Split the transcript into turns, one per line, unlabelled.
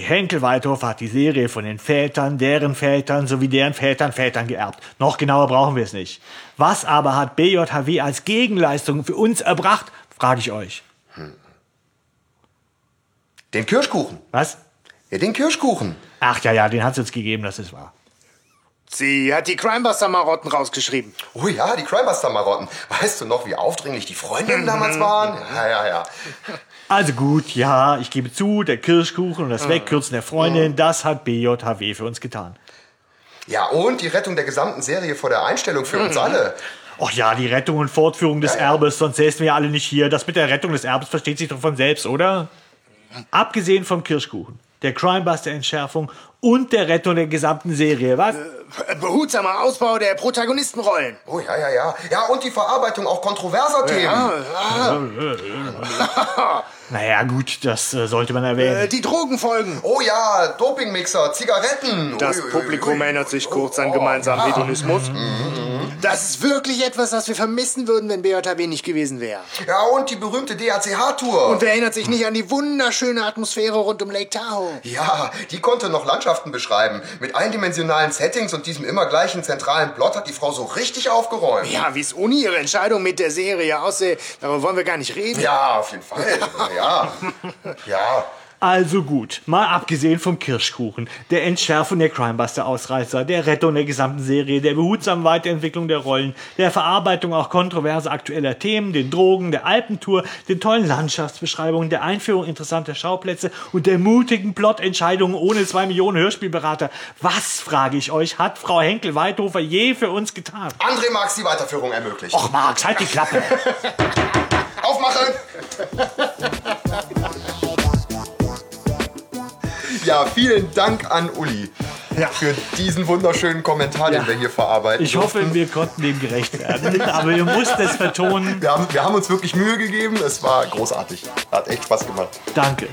Henkel Weithof hat die Serie von den Vätern, deren Vätern sowie deren Vätern Vätern geerbt. Noch genauer brauchen wir es nicht. Was aber hat BJHW als Gegenleistung für uns erbracht, frage ich euch.
Den Kirschkuchen.
Was?
Ja, den Kirschkuchen.
Ach ja, ja, den hat es uns gegeben, das ist wahr.
Sie hat die Crimebuster-Marotten rausgeschrieben.
Oh ja, die Crimebuster-Marotten. Weißt du noch, wie aufdringlich die Freundinnen damals waren? Ja, ja, ja.
Also gut, ja, ich gebe zu, der Kirschkuchen und das Wegkürzen der Freundin, das hat BJHW für uns getan.
Ja, und die Rettung der gesamten Serie vor der Einstellung für
Mhm.
uns alle.
Och ja, die Rettung und Fortführung des
Ja, ja.
Erbes, sonst säßen wir ja alle nicht hier. Das mit der Rettung des Erbes versteht sich doch von selbst, oder? Abgesehen vom Kirschkuchen, der Crimebuster-Entschärfung und der Rettung der gesamten Serie, was?
Äh.
Äh, Behutsamer Ausbau der Protagonistenrollen.
Oh ja, ja, ja. Ja, und die Verarbeitung auch kontroverser Themen.
Naja, gut, das äh, sollte man erwähnen.
Äh, Die Drogenfolgen.
Oh ja, Dopingmixer, Zigaretten.
Das
Ui, ui, ui,
Publikum
ui.
erinnert sich kurz an gemeinsamen Hedonismus. Das ist wirklich etwas, das wir vermissen würden, wenn BJW nicht gewesen wäre.
Ja, und die berühmte DACH-Tour.
Und wer erinnert sich nicht an die wunderschöne Atmosphäre rund um Lake Tahoe?
Ja, die konnte noch Landschaften beschreiben. Mit eindimensionalen Settings und diesem immer gleichen zentralen Plot hat die Frau so richtig aufgeräumt.
Ja, wie es ohne ihre Entscheidung mit der Serie aussehe, darüber wollen wir gar nicht reden.
Ja, auf jeden Fall. Ja. Ja.
Also gut, mal abgesehen vom Kirschkuchen, der Entschärfung der Crimebuster-Ausreißer, der Rettung der gesamten Serie, der behutsamen Weiterentwicklung der Rollen, der Verarbeitung auch kontroverse aktueller Themen, den Drogen, der Alpentour, den tollen Landschaftsbeschreibungen, der Einführung interessanter Schauplätze und der mutigen Plotentscheidungen ohne zwei Millionen Hörspielberater. Was, frage ich euch, hat Frau Henkel-Weidhofer je für uns getan?
André Marx die Weiterführung ermöglicht.
Och, Marx, halt die Klappe!
Aufmachen! Ja, vielen Dank an Uli
Ja.
für diesen wunderschönen Kommentar, den wir hier verarbeiten.
Ich hoffe, wir konnten dem gerecht werden, aber wir mussten es vertonen.
Wir haben, wir haben uns wirklich Mühe gegeben. Es war großartig. Hat echt Spaß gemacht.
Danke.